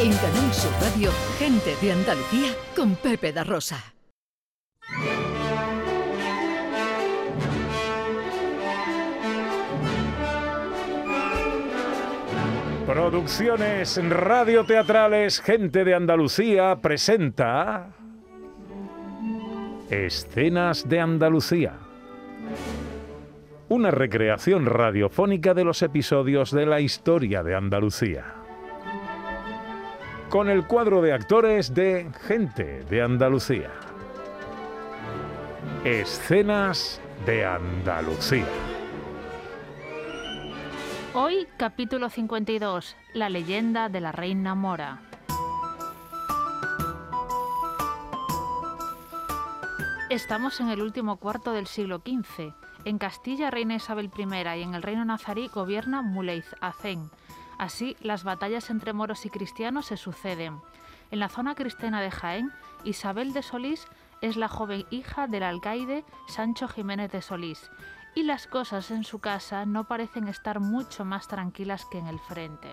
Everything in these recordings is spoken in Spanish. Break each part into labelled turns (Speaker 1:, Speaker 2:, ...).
Speaker 1: En Canal Sur Radio, gente de Andalucía con Pepe da Rosa.
Speaker 2: Producciones radioteatrales Gente de Andalucía presenta Escenas de Andalucía. Una recreación radiofónica de los episodios de la historia de Andalucía. Con el cuadro de actores de Gente de Andalucía. Escenas de Andalucía.
Speaker 3: Hoy, capítulo 52, la leyenda de la reina mora. Estamos en el último cuarto del siglo XV. En Castilla reina Isabel I y en el reino nazarí gobierna Muleyz Hacén. Así, las batallas entre moros y cristianos se suceden. En la zona cristiana de Jaén, Isabel de Solís es la joven hija del alcaide Sancho Jiménez de Solís, y las cosas en su casa no parecen estar mucho más tranquilas que en el frente.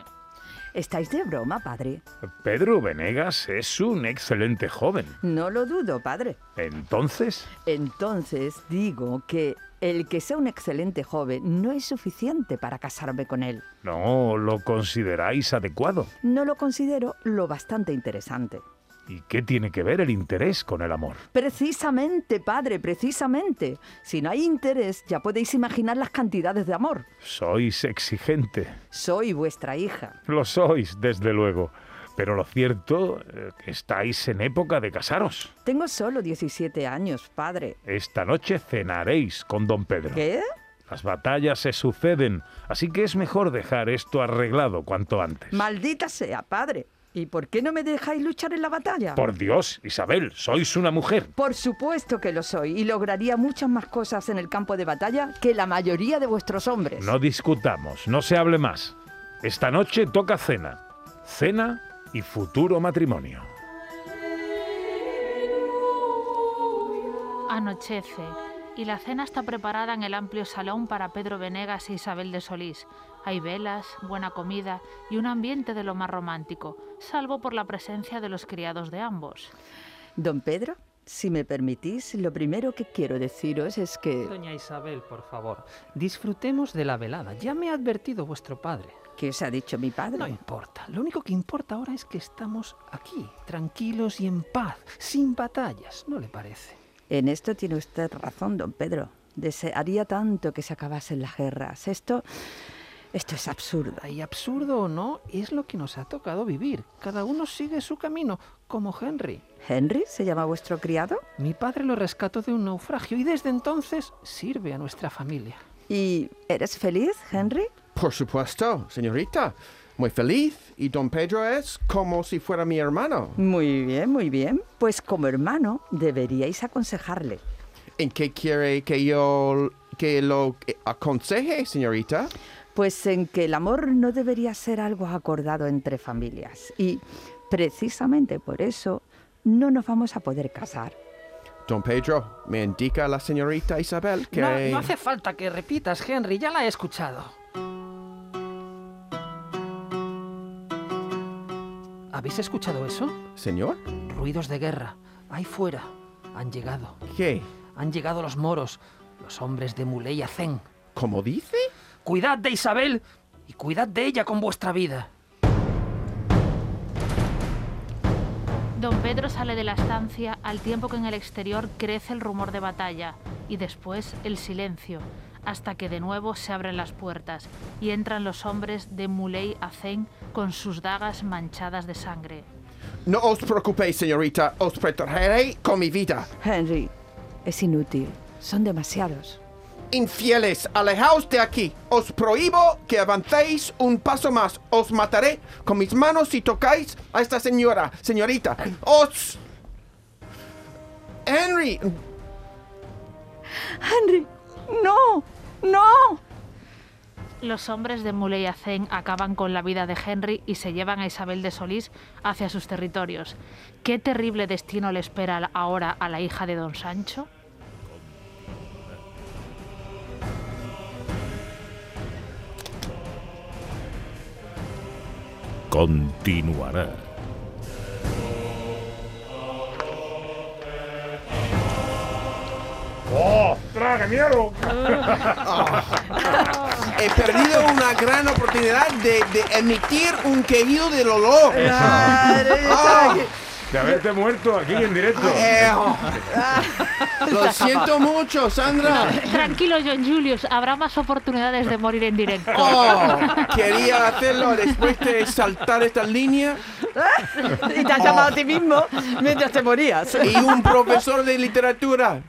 Speaker 4: ¿Estáis de broma, padre?
Speaker 2: Pedro Venegas es un excelente joven.
Speaker 4: No lo dudo, padre.
Speaker 2: Entonces,
Speaker 4: Entonces digo que el que sea un excelente joven no es suficiente para casarme con él.
Speaker 2: no lo consideráis adecuado.
Speaker 4: No lo considero lo bastante interesante.
Speaker 2: ¿Y qué tiene que ver el interés con el amor?
Speaker 4: Precisamente, padre, precisamente. Si no hay interés, ya podéis imaginar las cantidades de amor.
Speaker 2: Sois exigente.
Speaker 4: Soy vuestra hija.
Speaker 2: Lo sois, desde luego. Pero lo cierto, eh, que estáis en época de casaros.
Speaker 4: Tengo solo 17 años, padre.
Speaker 2: Esta noche cenaréis con don Pedro.
Speaker 4: ¿Qué?
Speaker 2: Las batallas se suceden, así que es mejor dejar esto arreglado cuanto antes.
Speaker 4: Maldita sea, padre. ¿Y por qué no me dejáis luchar en la batalla?
Speaker 2: Por Dios, Isabel, sois una mujer.
Speaker 4: Por supuesto que lo soy y lograría muchas más cosas en el campo de batalla que la mayoría de vuestros hombres.
Speaker 2: No discutamos, no se hable más. Esta noche toca cena. Cena y futuro matrimonio.
Speaker 3: Anochece y la cena está preparada en el amplio salón para Pedro Venegas e Isabel de Solís. Hay velas, buena comida y un ambiente de lo más romántico, salvo por la presencia de los criados de ambos.
Speaker 4: Don Pedro, si me permitís, lo primero que quiero deciros es que...
Speaker 5: Doña Isabel, por favor, disfrutemos de la velada. Ya me ha advertido vuestro padre.
Speaker 4: ¿Qué os ha dicho mi
Speaker 5: No
Speaker 4: padre?
Speaker 5: importa, lo único que importa ahora es que estamos aquí, tranquilos y en paz, sin batallas, ¿no le parece?
Speaker 4: En esto tiene usted razón, don Pedro. Desearía tanto que se acabasen las guerras. Esto... Esto es absurdo.
Speaker 5: Y absurdo o no, es lo que nos ha tocado vivir. Cada uno sigue su camino, como Henry.
Speaker 4: ¿Henry se llama vuestro criado?
Speaker 5: Mi padre lo rescató de un naufragio y desde entonces sirve a nuestra familia.
Speaker 4: ¿Y eres feliz, Henry?
Speaker 6: Por supuesto, señorita. Muy feliz y don Pedro es como si fuera mi hermano.
Speaker 4: Muy bien, muy bien. Pues como hermano deberíais aconsejarle.
Speaker 6: ¿En qué quiere que yo que lo aconseje, señorita?
Speaker 4: Pues en que el amor no debería ser algo acordado entre familias. Y precisamente por eso no nos vamos a poder casar.
Speaker 6: Don Pedro, me indica la señorita Isabel que...
Speaker 5: No, no hace falta que repitas, Henry, ya la he escuchado. ¿Habéis escuchado eso?
Speaker 6: Señor,
Speaker 5: Ruidos de guerra. Ahí fuera. Han llegado.
Speaker 6: ¿qué?
Speaker 5: Han llegado los moros, los hombres de Muley Hacén.
Speaker 6: ¿Cómo dice?
Speaker 5: Cuidad de Isabel y cuidad de ella con vuestra vida.
Speaker 3: Don Pedro sale de la estancia al tiempo que en el exterior crece el rumor de batalla y después el silencio, hasta que de nuevo se abren las puertas y entran los hombres de Muley Hacén con sus dagas manchadas de sangre.
Speaker 6: No os preocupéis, señorita. Os protegeré con mi vida.
Speaker 4: Henry, es inútil. Son demasiados.
Speaker 6: Infieles, alejaos de aquí. Os prohíbo que avancéis un paso más. Os mataré con mis manos si tocáis a esta señora, señorita. Os... Henry,
Speaker 4: Henry, no, no.
Speaker 3: Los hombres de Muley Hacén acaban con la vida de Henry y se llevan a Isabel de Solís hacia sus territorios. ¿Qué terrible destino le espera ahora a la hija de don Sancho?
Speaker 7: continuará.
Speaker 2: ¡Ostras, qué miedo!
Speaker 6: He perdido una gran oportunidad de, de emitir un quejido del olor. Ah,
Speaker 2: De haberte muerto aquí en directo.
Speaker 8: Ah,
Speaker 6: eh, oh. Lo siento mucho, Sandra.
Speaker 3: Tranquilo, John Julius, habrá más oportunidades de morir en directo.
Speaker 6: Oh, quería hacerlo después de saltar esta línea
Speaker 4: Y
Speaker 6: Oh.
Speaker 4: te has llamado a ti mismo mientras te morías.
Speaker 6: y un profesor de literatura.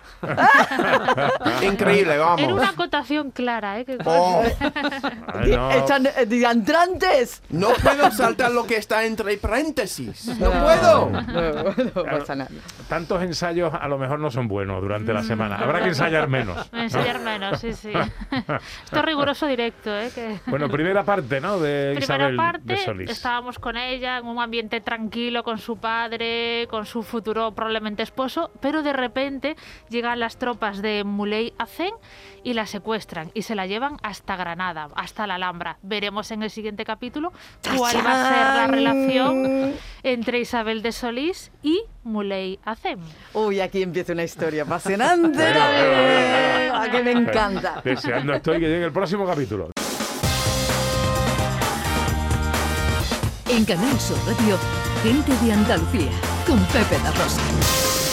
Speaker 6: Increíble,
Speaker 3: Era
Speaker 6: vamos.
Speaker 3: una acotación clara, ¿eh? Que-
Speaker 6: Oh,
Speaker 2: Ay, Ah, no.
Speaker 4: Están eh, diantrantes.
Speaker 6: no puedo saltar lo que está entre paréntesis. No puedo.
Speaker 4: No, no pasa nada.
Speaker 2: Tantos ensayos a lo mejor no son buenos durante la semana. Habrá que ensayar menos.
Speaker 3: Me enseñar menos, sí, sí. Esto es riguroso directo, ¿eh? Que-
Speaker 2: Bueno, primera parte, ¿no? De
Speaker 3: Primera
Speaker 2: Isabel
Speaker 3: parte,
Speaker 2: de Solís.
Speaker 3: estábamos con ella en un ambiente tranquilo con su padre, con su futuro probablemente esposo, pero de repente llegan las tropas de Muley Hacen y la secuestran y se la llevan hasta Granada, hasta la Alhambra. Veremos en el siguiente capítulo cuál va a ser la relación entre Isabel de Solís y Muley Hacen.
Speaker 8: Uy, aquí empieza una historia apasionante.
Speaker 2: Venga, venga, venga, venga.
Speaker 4: Ah,
Speaker 8: A que me encanta.
Speaker 2: Deseando estoy que llegue el próximo capítulo.
Speaker 1: En Canal Sur Radio, Gente de Andalucía, con Pepe La Rosa.